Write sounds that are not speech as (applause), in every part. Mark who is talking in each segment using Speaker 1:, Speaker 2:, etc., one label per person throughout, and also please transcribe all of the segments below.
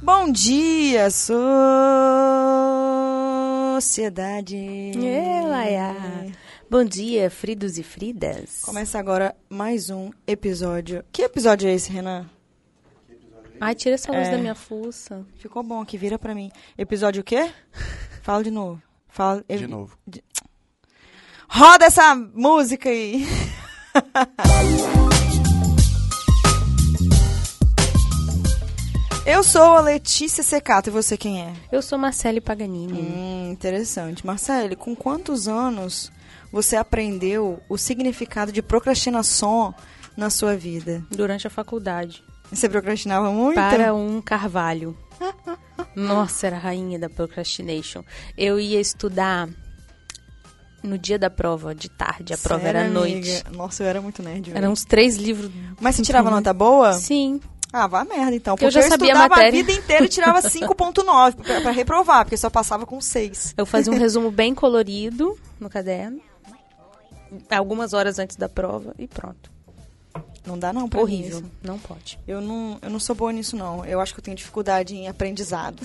Speaker 1: Bom dia, sociedade. é
Speaker 2: Elaiá. Bom dia, fridos e fridas.
Speaker 1: Começa agora mais um episódio. Que episódio é esse, Renan?
Speaker 2: Ai, tira essa luz
Speaker 1: É.
Speaker 2: da minha fuça.
Speaker 1: Ficou bom aqui, vira pra mim. Episódio o quê? Fala de novo. Fala
Speaker 3: De novo.
Speaker 1: Roda essa música aí. (laughs) Eu sou a Letícia Secato e você quem é?
Speaker 2: Eu sou Marcele Paganini.
Speaker 1: Hum, interessante. Marcele, com quantos anos você aprendeu o significado de procrastinação na sua vida?
Speaker 2: Durante a faculdade.
Speaker 1: Você procrastinava muito?
Speaker 2: Para um carvalho. Nossa, era a rainha da procrastination. Eu ia estudar no dia da prova, de tarde. A prova
Speaker 1: Sério,
Speaker 2: era à
Speaker 1: amiga?
Speaker 2: noite. um
Speaker 1: Nossa, eu era muito nerd. velho.
Speaker 2: Eram uns três livros.
Speaker 1: Mas você tirava nota boa?
Speaker 2: Sim.
Speaker 1: Ah, vá merda então. Porque
Speaker 2: Eu já sabia a
Speaker 1: estudava a,
Speaker 2: matéria.
Speaker 1: vida inteira e tirava
Speaker 2: (laughs)
Speaker 1: 5.9 pra, pra reprovar, porque só passava com 6.
Speaker 2: Eu fazia um resumo bem colorido no caderno. Algumas horas antes da prova e pronto.
Speaker 1: Não dá não pra mim
Speaker 2: Horrível.
Speaker 1: isso.
Speaker 2: Não pode.
Speaker 1: Eu não, eu não sou boa nisso, não. Eu acho que eu tenho dificuldade em aprendizado.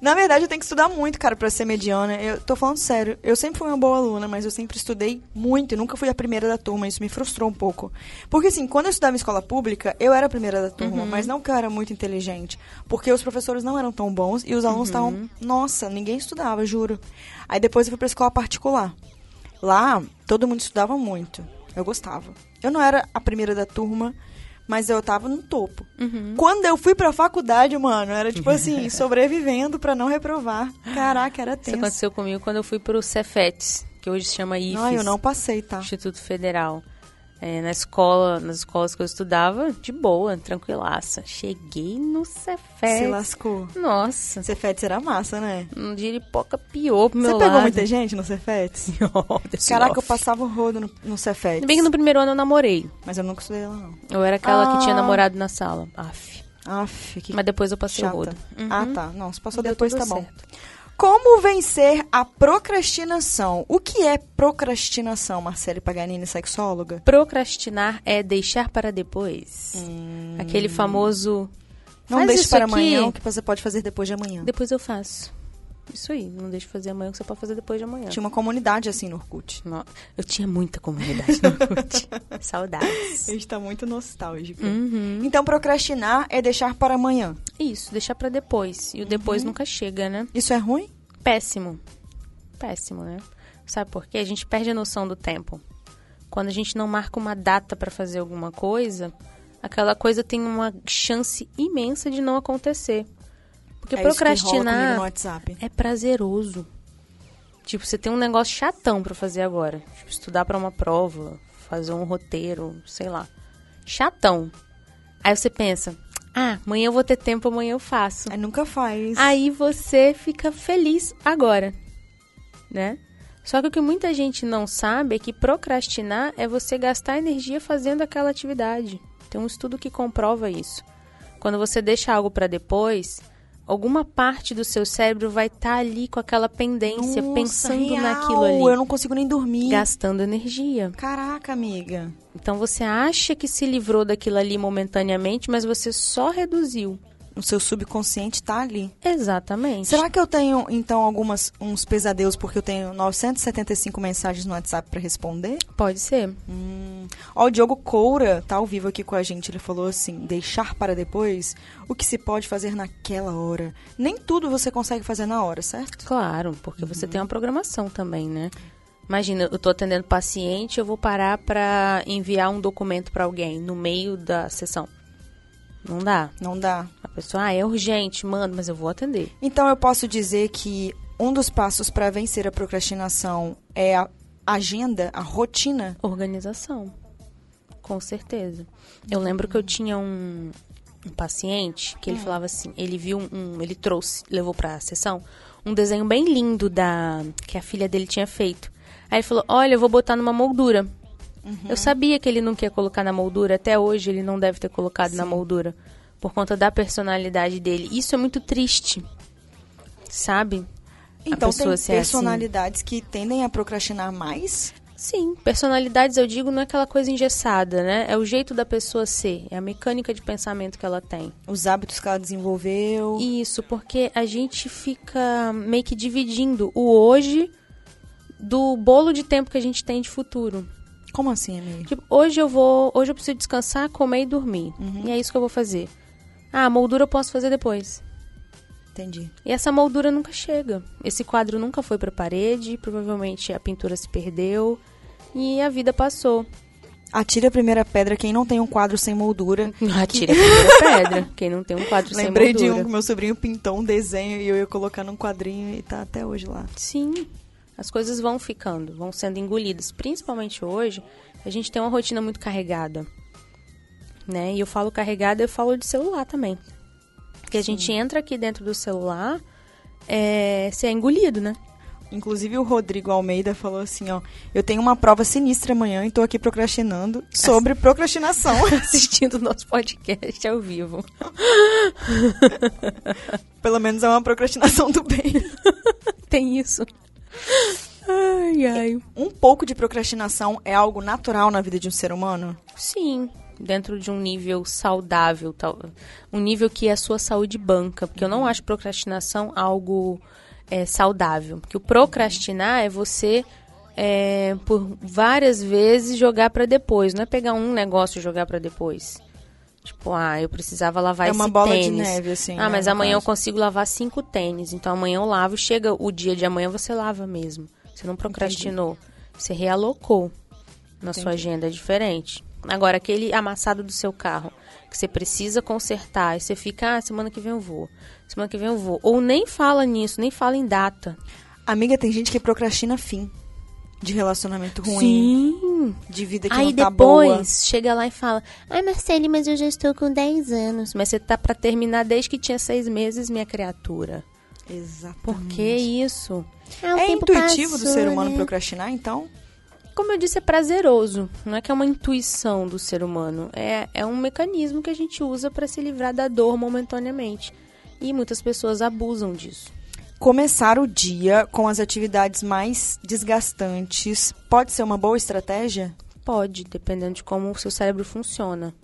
Speaker 1: Na verdade, eu tenho que estudar muito, cara, pra ser mediana. Eu tô falando sério. Eu sempre fui uma boa aluna, mas eu sempre estudei muito. Eu nunca fui a primeira da turma. Isso me frustrou um pouco. Porque, assim, quando eu estudava em escola pública, eu era a primeira da turma, mas não que eu era muito inteligente. Porque os professores não eram tão bons e os alunos estavam. Nossa, ninguém estudava, juro. Aí depois eu fui pra escola particular. Lá, todo mundo estudava muito. Eu gostava. Eu não era a primeira da turma, mas eu tava no topo.
Speaker 2: Uhum.
Speaker 1: Quando eu fui pra faculdade, mano, era tipo assim,
Speaker 2: (laughs)
Speaker 1: sobrevivendo pra não reprovar. Caraca, era
Speaker 2: Isso
Speaker 1: tenso.
Speaker 2: aconteceu comigo quando eu fui pro Cefetes, que hoje se chama IFES,
Speaker 1: Não, eu não passei, tá?
Speaker 2: Instituto Federal. É, na escola, nas escolas que eu estudava, de boa, tranquilaça. Cheguei no
Speaker 1: Se
Speaker 2: Cefetes.
Speaker 1: lascou.
Speaker 2: Nossa,
Speaker 1: Cefetes era massa, né?
Speaker 2: um giripoca pior pro
Speaker 1: Você
Speaker 2: meu
Speaker 1: pegou
Speaker 2: lado. (laughs)
Speaker 1: muita gente no Cefetes?
Speaker 2: gente?
Speaker 1: Caraca, eu passava o rodo no, no Cefetes.
Speaker 2: Ainda bem que no primeiro ano eu namorei.
Speaker 1: Mas eu nunca estudei lá, não.
Speaker 2: Eu era aquela que tinha
Speaker 1: Ah.
Speaker 2: namorado na sala. Aff.
Speaker 1: Aff, que
Speaker 2: Mas depois eu passei
Speaker 1: chata.
Speaker 2: o rodo.
Speaker 1: Ah, tá. Não, se passou
Speaker 2: Uhum. Deu
Speaker 1: depois,
Speaker 2: tudo
Speaker 1: tá bom.
Speaker 2: certo.
Speaker 1: Como vencer a procrastinação? O que é procrastinação, Marcele Paganini, sexóloga?
Speaker 2: Procrastinar é deixar para depois. Aquele famoso.
Speaker 1: Hum. Não
Speaker 2: "Faz
Speaker 1: deixe
Speaker 2: isso
Speaker 1: para
Speaker 2: aqui,
Speaker 1: amanhã o que você pode fazer depois de amanhã.
Speaker 2: Depois eu faço. Isso aí, não deixa fazer amanhã o que você pode fazer depois de amanhã.
Speaker 1: Tinha uma comunidade assim no Orkut.
Speaker 2: No- Eu tinha muita comunidade no Orkut. (laughs) Saudades.
Speaker 1: A gente tá muito nostálgico.
Speaker 2: Uhum.
Speaker 1: Então, procrastinar é deixar para amanhã.
Speaker 2: Isso, deixar pra depois. E o depois nunca chega, né?
Speaker 1: Isso é ruim?
Speaker 2: Péssimo. Péssimo, né? Sabe por quê? A gente perde a noção do tempo. Quando a gente não marca uma data pra fazer alguma coisa, aquela coisa tem uma chance imensa de não acontecer. Porque
Speaker 1: é Isso que rola comigo no
Speaker 2: procrastinar
Speaker 1: WhatsApp.
Speaker 2: é prazeroso. Tipo, você tem um negócio chatão pra fazer agora. Tipo, estudar pra uma prova, fazer um roteiro, sei lá. Chatão. Aí você pensa, ah, amanhã eu vou ter tempo, amanhã eu faço.
Speaker 1: Aí É, nunca faz.
Speaker 2: Aí você fica feliz agora, né? Só que o que muita gente não sabe é que procrastinar é você gastar energia fazendo aquela atividade. Tem um estudo que comprova isso. Quando você deixa algo pra depois, alguma parte do seu cérebro vai estar ali com aquela pendência,
Speaker 1: Nossa,
Speaker 2: pensando
Speaker 1: real,
Speaker 2: naquilo ali,
Speaker 1: Eu não consigo nem dormir.
Speaker 2: gastando energia.
Speaker 1: Caraca, amiga.
Speaker 2: Então você acha que se livrou daquilo ali momentaneamente, mas você só reduziu.
Speaker 1: O seu subconsciente tá ali.
Speaker 2: Exatamente.
Speaker 1: Será que eu tenho, então, algumas uns pesadelos porque eu tenho 975 mensagens no WhatsApp para responder?
Speaker 2: Pode ser.
Speaker 1: Hum. Ó, o Diogo Coura tá ao vivo aqui com a gente. Ele falou assim: deixar para depois o que se pode fazer naquela hora. Nem tudo você consegue fazer na hora, certo?
Speaker 2: Claro, porque você tem uma programação também, né? Imagina, eu tô atendendo paciente, eu vou parar pra enviar um documento pra alguém no meio da sessão. Não dá.
Speaker 1: Não dá.
Speaker 2: A pessoa, ah, é urgente, manda, mas eu vou atender.
Speaker 1: Então eu posso dizer que um dos passos para vencer a procrastinação é a agenda, a rotina.
Speaker 2: Organização. Com certeza. Eu lembro que eu tinha um, um paciente que ele falava assim, ele viu um, um- ele trouxe, levou pra sessão um desenho bem lindo da que a filha dele tinha feito. Aí ele falou: "Olha, eu vou botar numa moldura". Eu sabia que ele não queria colocar na moldura, até hoje ele não deve ter colocado na moldura por conta da personalidade dele. Isso é muito triste. Sabe?
Speaker 1: Então tem
Speaker 2: pessoa ser assim.
Speaker 1: Então, personalidades que tendem a procrastinar mais.
Speaker 2: Sim, personalidades eu digo não é aquela coisa engessada, né? É o jeito da pessoa ser, é a mecânica de pensamento que ela tem.
Speaker 1: Os hábitos que ela desenvolveu.
Speaker 2: Isso, porque a gente fica meio que dividindo o hoje do bolo de tempo que a gente tem de futuro.
Speaker 1: Como assim, amiga?
Speaker 2: Tipo, hoje eu vou, hoje eu preciso descansar, comer e dormir. E é isso que eu vou fazer. Ah, a moldura eu posso fazer depois.
Speaker 1: Entendi.
Speaker 2: E essa moldura nunca chega. Esse quadro nunca foi para parede, provavelmente a pintura se perdeu e a vida passou.
Speaker 1: Atira a primeira pedra quem não tem um quadro sem moldura.
Speaker 2: (laughs) Atira a primeira pedra. Quem não tem um quadro
Speaker 1: Lembrei
Speaker 2: sem
Speaker 1: de
Speaker 2: moldura.
Speaker 1: um que meu sobrinho pintou um desenho e eu ia colocar num quadrinho e tá até hoje lá.
Speaker 2: Sim, as coisas vão ficando, vão sendo engolidas. Principalmente hoje, a gente tem uma rotina muito carregada. Né? E eu falo carregada, eu falo de celular também. Porque a gente entra aqui dentro do celular, é, você é engolido, né? (laughs)
Speaker 1: Inclusive o Rodrigo Almeida falou assim, ó, eu tenho uma prova sinistra amanhã e tô aqui procrastinando sobre
Speaker 2: (laughs)
Speaker 1: procrastinação.
Speaker 2: Assistindo o nosso podcast ao vivo.
Speaker 1: Pelo menos é uma procrastinação do bem.
Speaker 2: Tem isso. Ai, ai.
Speaker 1: Um pouco de procrastinação é algo natural na vida de um ser humano?
Speaker 2: Sim, dentro de um nível saudável, tal, um nível que a sua saúde banca, porque eu
Speaker 1: Uhum.
Speaker 2: não acho procrastinação algo é, saudável. Porque o procrastinar é você é, por várias vezes jogar pra depois, não é pegar um negócio e jogar pra depois. Tipo, ah, eu precisava lavar
Speaker 1: É
Speaker 2: esse
Speaker 1: uma bola de
Speaker 2: tênis.
Speaker 1: neve, assim,
Speaker 2: Ah,
Speaker 1: né,
Speaker 2: mas
Speaker 1: no
Speaker 2: amanhã eu
Speaker 1: caso.
Speaker 2: consigo lavar cinco tênis. Então amanhã eu lavo. Chega o dia de amanhã, você lava mesmo. Você não procrastinou. Você realocou na sua agenda é diferente. Agora, aquele amassado do seu carro que você precisa consertar e você fica, ah, semana que vem eu vou, semana que vem eu vou. Ou nem fala nisso, nem fala em data.
Speaker 1: Amiga, tem gente que procrastina fim de relacionamento ruim,
Speaker 2: Sim.
Speaker 1: de vida que
Speaker 2: Aí
Speaker 1: não tá
Speaker 2: depois
Speaker 1: boa.
Speaker 2: chega lá e fala: Ai, Marcele, mas eu já estou com 10 anos. Mas você tá pra terminar desde que tinha seis meses, minha criatura.
Speaker 1: Exatamente.
Speaker 2: Por que isso?
Speaker 1: Uhum. É intuitivo do ser
Speaker 2: né?
Speaker 1: humano procrastinar, então?
Speaker 2: Como eu disse, é prazeroso. Não é que é uma intuição do ser humano. É, é um mecanismo que a gente usa para se livrar da dor momentaneamente. E muitas pessoas abusam disso.
Speaker 1: Começar o dia com as atividades mais desgastantes pode ser uma boa estratégia?
Speaker 2: Pode, dependendo de como o seu cérebro funciona.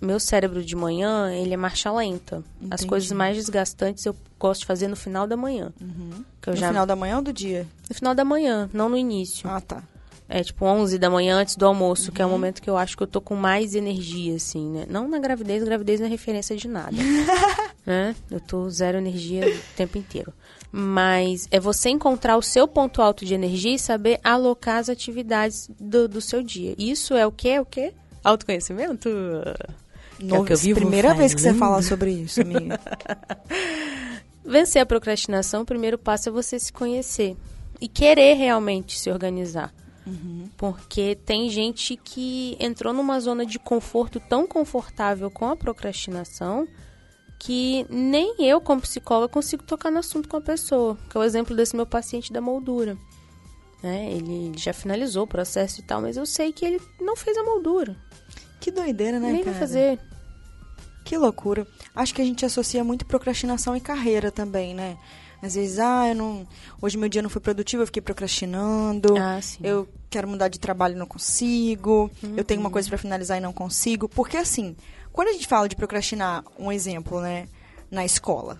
Speaker 2: Meu cérebro de manhã, ele é marcha lenta. As
Speaker 1: Entendi.
Speaker 2: coisas mais desgastantes eu gosto de fazer no final da manhã. Que eu
Speaker 1: Uhum. no
Speaker 2: já...
Speaker 1: final da manhã ou do dia?
Speaker 2: no final da manhã, não no início.
Speaker 1: Ah, tá.
Speaker 2: É tipo 11 da manhã antes do almoço, que é o momento que eu acho que eu tô com mais energia, assim, né? Não na gravidez, gravidez não é referência de nada. né? Eu tô zero energia o tempo inteiro. Mas é você encontrar o seu ponto alto de energia e saber alocar as atividades do, do seu dia. Isso é o quê? É O quê? Autoconhecimento? Que é o que eu vivo
Speaker 1: primeira vez que você
Speaker 2: fazendo.
Speaker 1: fala sobre
Speaker 2: (laughs)
Speaker 1: isso, amiga.
Speaker 2: Vencer a procrastinação, o primeiro passo é você se conhecer e querer realmente se organizar.
Speaker 1: Uhum.
Speaker 2: Porque tem gente que entrou numa zona de conforto tão confortável com a procrastinação que nem eu, como psicóloga, consigo tocar no assunto com a pessoa. Que é o exemplo desse meu paciente da moldura. né? Ele já finalizou o processo e tal, mas eu sei que ele não fez a moldura.
Speaker 1: que doideira, né,
Speaker 2: nem
Speaker 1: cara?
Speaker 2: vai fazer.
Speaker 1: Que loucura. Acho que a gente associa muito procrastinação e carreira também, né? Às vezes, ah, eu não. Hoje meu dia não foi produtivo, eu fiquei procrastinando.
Speaker 2: Ah, sim.
Speaker 1: Eu quero mudar de trabalho e não consigo. Eu tenho uma coisa pra finalizar e não consigo. Porque assim, quando a gente fala de procrastinar, um exemplo, né? Na escola.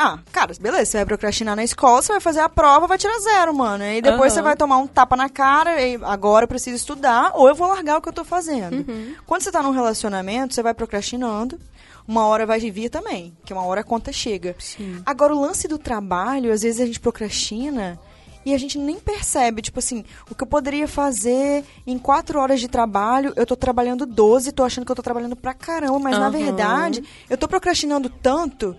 Speaker 1: Ah, cara, beleza, você vai procrastinar na escola, você vai fazer a prova, vai tirar zero, mano. E depois
Speaker 2: Aham.
Speaker 1: você vai tomar um tapa na cara, e agora eu preciso estudar, ou eu vou largar o que eu tô fazendo.
Speaker 2: Uhum.
Speaker 1: Quando você tá num relacionamento, você vai procrastinando, uma hora vai vir também, que uma hora a conta chega.
Speaker 2: Sim.
Speaker 1: Agora, o lance do trabalho, às vezes a gente procrastina e a gente nem percebe, tipo assim, o que eu poderia fazer em quatro horas de trabalho, eu tô trabalhando 12, tô achando que eu tô trabalhando pra caramba, mas na
Speaker 2: Aham.
Speaker 1: verdade, eu tô procrastinando tanto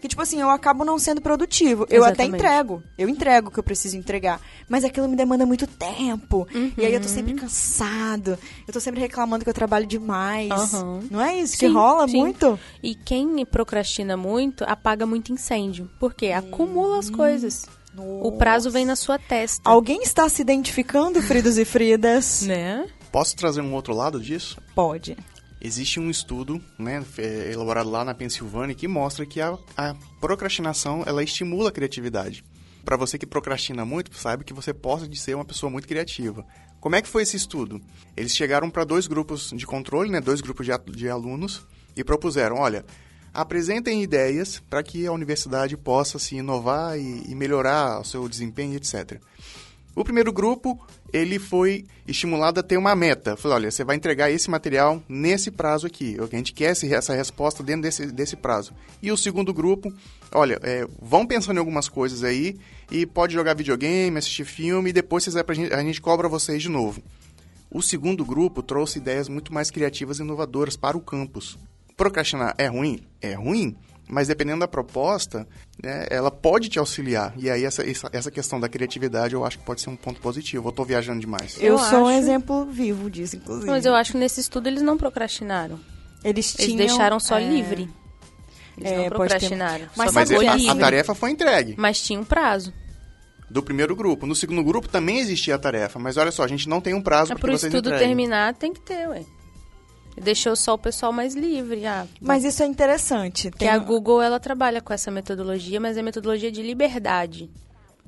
Speaker 1: que, tipo assim, eu acabo não sendo produtivo. Eu até
Speaker 2: Exatamente.
Speaker 1: entrego, eu entrego o que eu preciso entregar, mas aquilo me demanda muito tempo, e aí eu tô
Speaker 2: Uhum.
Speaker 1: sempre cansado, eu tô sempre reclamando que eu trabalho demais.
Speaker 2: Aham.
Speaker 1: Não é isso que
Speaker 2: Sim,
Speaker 1: rola
Speaker 2: sim.
Speaker 1: muito?
Speaker 2: E quem procrastina muito apaga muito incêndio. Porque acumula as coisas. O prazo vem na sua testa.
Speaker 1: Alguém está se identificando, Fridos e Fridas?
Speaker 2: Né?
Speaker 3: Posso trazer um outro lado disso?
Speaker 1: Pode.
Speaker 3: Existe um estudo, né, é, elaborado lá na Pensilvânia, que mostra que a, a procrastinação, ela estimula a criatividade. Para você que procrastina muito, saiba que você pode ser uma pessoa muito criativa. Como é que foi esse estudo? Eles chegaram para dois grupos de controle, né, dois grupos de, a- de alunos, e propuseram, olha, apresentem ideias para que a universidade possa se inovar e, e melhorar o seu desempenho, etc. O primeiro grupo, ele foi estimulado a ter uma meta. Falou, olha, você vai entregar esse material nesse prazo aqui. A gente quer é esse- essa resposta dentro desse, desse prazo. E o segundo grupo, olha, é, vão pensando em algumas coisas aí e pode jogar videogame, assistir filme e depois vocês, a, gente, a gente cobra vocês de novo. O segundo grupo trouxe ideias muito mais criativas e inovadoras para o campus. Procrastinar é ruim? É ruim, mas dependendo da proposta, né, ela pode te auxiliar. E aí essa, essa, essa questão da criatividade eu acho que pode ser um ponto positivo. Eu tô viajando demais.
Speaker 1: Eu,
Speaker 2: Eu
Speaker 1: sou um
Speaker 2: acho-
Speaker 1: exemplo vivo disso, inclusive.
Speaker 2: Mas eu acho que nesse estudo eles não procrastinaram.
Speaker 1: Eles,
Speaker 2: Eles
Speaker 1: tinham,
Speaker 2: deixaram só
Speaker 1: é,
Speaker 2: livre. Eles
Speaker 1: é,
Speaker 2: não
Speaker 1: pode ter-
Speaker 2: procrastinaram.
Speaker 1: Mas
Speaker 2: só
Speaker 1: sabe
Speaker 3: Mas
Speaker 1: o
Speaker 2: ficou
Speaker 3: a,
Speaker 1: que- é
Speaker 3: a
Speaker 2: livre.
Speaker 3: tarefa foi entregue
Speaker 2: Mas tinha um prazo.
Speaker 3: do primeiro grupo. No segundo grupo também existia a tarefa, mas olha só, a gente não tem um prazo
Speaker 1: É
Speaker 2: Mas É
Speaker 3: para
Speaker 2: pro
Speaker 3: vocês
Speaker 2: estudo
Speaker 3: entreguem.
Speaker 2: terminar tem que ter, ué. Deixou só o pessoal mais livre. Ah,
Speaker 1: Mas um- isso é interessante.
Speaker 2: Porque a Google ela trabalha com essa metodologia, mas é metodologia de liberdade.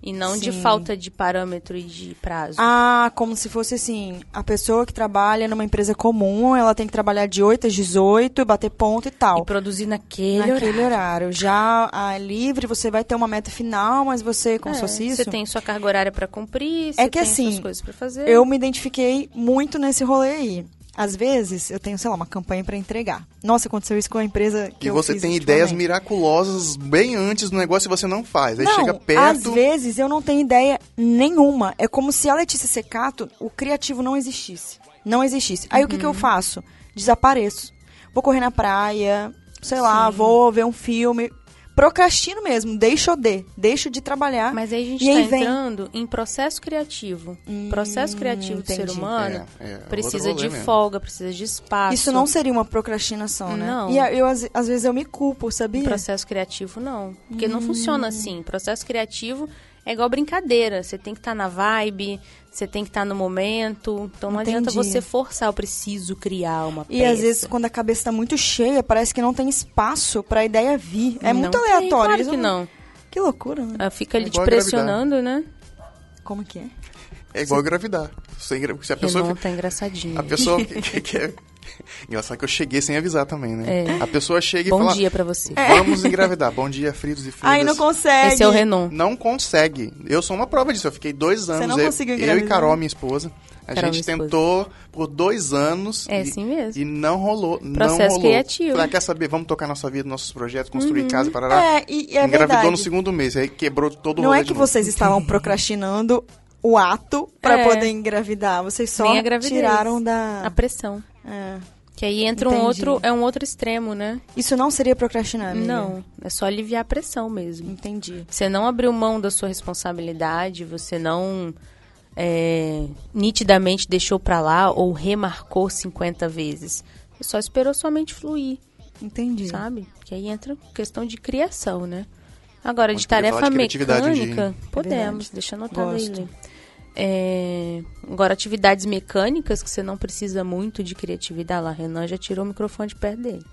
Speaker 2: E não de
Speaker 1: Sim.
Speaker 2: falta de parâmetro e de prazo.
Speaker 1: Ah, como se fosse assim, a pessoa que trabalha numa empresa comum, ela tem que trabalhar de 8 às 18, bater ponto e
Speaker 2: e
Speaker 1: tal.
Speaker 2: produzir naquele,
Speaker 1: naquele
Speaker 2: horário.
Speaker 1: horário. Já a livre, você vai ter uma meta final, mas você, como
Speaker 2: É,
Speaker 1: se fosse isso?
Speaker 2: Você tem sua carga horária pra cumprir, você
Speaker 1: que
Speaker 2: tem suas
Speaker 1: assim,
Speaker 2: coisas pra fazer.
Speaker 1: Eu me identifiquei muito nesse rolê aí. Às vezes, eu tenho, sei lá, uma campanha pra entregar. Nossa, aconteceu isso com a empresa que
Speaker 3: E
Speaker 1: eu
Speaker 3: você
Speaker 1: fiz
Speaker 3: tem ideias
Speaker 1: ultimamente.
Speaker 3: miraculosas bem antes do negócio e você não faz. Aí
Speaker 1: não,
Speaker 3: chega
Speaker 1: às
Speaker 3: perto.
Speaker 1: vezes eu não tenho ideia nenhuma. É como se a Letícia Secato, o criativo não existisse. Não existisse. Aí o que, que
Speaker 2: Uhum.
Speaker 1: eu faço? Desapareço. Vou correr na praia, sei lá, vou ver um filme. Procrastino mesmo, deixo de, deixo de trabalhar.
Speaker 2: Mas aí a gente
Speaker 1: E
Speaker 2: tá
Speaker 1: aí vem- Hum,
Speaker 2: entrando em processo criativo. processo criativo do ser
Speaker 1: entendi.
Speaker 2: humano
Speaker 3: É, é,
Speaker 2: precisa
Speaker 3: outro rolê
Speaker 2: de
Speaker 3: mesmo.
Speaker 2: folga, precisa de espaço.
Speaker 1: Isso não seria uma procrastinação, né?
Speaker 2: Não.
Speaker 1: E a- eu, às, às vezes eu me culpo, sabia?
Speaker 2: Processo criativo não. Porque não
Speaker 1: Hum.
Speaker 2: funciona assim. Processo criativo é igual brincadeira. Você tem que estar na vibe, você tem que estar no momento. Então não adianta
Speaker 1: Entendi.
Speaker 2: você forçar, eu preciso criar uma
Speaker 1: E
Speaker 2: peça.
Speaker 1: às vezes, quando a cabeça tá muito cheia, parece que não tem espaço pra ideia vir. É
Speaker 2: Não
Speaker 1: muito
Speaker 2: tem,
Speaker 1: aleatório.
Speaker 2: Claro
Speaker 1: isso é
Speaker 2: que não.
Speaker 1: Que loucura, né?
Speaker 2: Ela fica ali
Speaker 3: É
Speaker 2: te
Speaker 3: igual a gravidade.
Speaker 2: pressionando, né?
Speaker 1: Como que é?
Speaker 3: É igual engravidar. Se engra- se a pessoa
Speaker 2: Renan tá engraçadinho.
Speaker 3: A pessoa que, que, que é... (laughs) Engraçado que eu cheguei sem avisar também, né?
Speaker 2: É.
Speaker 3: A pessoa chega
Speaker 2: Bom
Speaker 3: e fala... É,
Speaker 2: dia pra você.
Speaker 3: Vamos engravidar. Bom dia, fritos e fritas.
Speaker 1: Aí não consegue.
Speaker 2: Esse é o Renan.
Speaker 3: Não consegue. Eu sou uma prova disso. Eu fiquei dois anos.
Speaker 1: não
Speaker 3: eu,
Speaker 1: conseguiu
Speaker 3: eu e
Speaker 1: engravidar?
Speaker 3: Carol, minha esposa, a
Speaker 2: Carol, minha
Speaker 3: gente
Speaker 2: esposa.
Speaker 3: tentou por dois anos.
Speaker 2: É
Speaker 3: e,
Speaker 2: assim mesmo.
Speaker 3: E não rolou. não
Speaker 2: Processo
Speaker 3: rolou.
Speaker 2: criativo. Uhum.
Speaker 3: Falei, ah, quer saber? Vamos tocar nossa vida, nossos projetos, construir casa, parará.
Speaker 1: É, e, e é
Speaker 3: Engravidou
Speaker 1: verdade.
Speaker 3: no segundo mês. Aí quebrou todo o
Speaker 1: Não
Speaker 3: rolê
Speaker 1: é
Speaker 3: de
Speaker 1: que
Speaker 3: novo.
Speaker 1: vocês estavam procrastinando o ato pra
Speaker 2: É.
Speaker 1: poder engravidar. Vocês só
Speaker 2: Nem a gravidez.
Speaker 1: tiraram
Speaker 2: A
Speaker 1: da.
Speaker 2: pressão.
Speaker 1: É.
Speaker 2: Que aí entra um
Speaker 1: Entendi.
Speaker 2: outro, é um outro extremo, né?
Speaker 1: Isso não seria procrastinar, amiga?
Speaker 2: Não, é só aliviar a pressão mesmo.
Speaker 1: Entendi.
Speaker 2: Você não abriu mão da sua responsabilidade, você não é, nitidamente deixou pra lá ou remarcou 50 vezes. Você só esperou somente fluir,
Speaker 1: Entendi.
Speaker 2: sabe? Que aí entra questão de criação, né? Agora, de
Speaker 3: Pode poder
Speaker 2: tarefa
Speaker 3: falar de criatividade, É
Speaker 2: mecânica, podemos,
Speaker 1: verdade.
Speaker 2: deixa anotado aí,
Speaker 1: Gosto.
Speaker 2: Lê. É, agora, atividades mecânicas que você não precisa muito de criatividade. Lá, Renan já tirou o microfone de perto dele.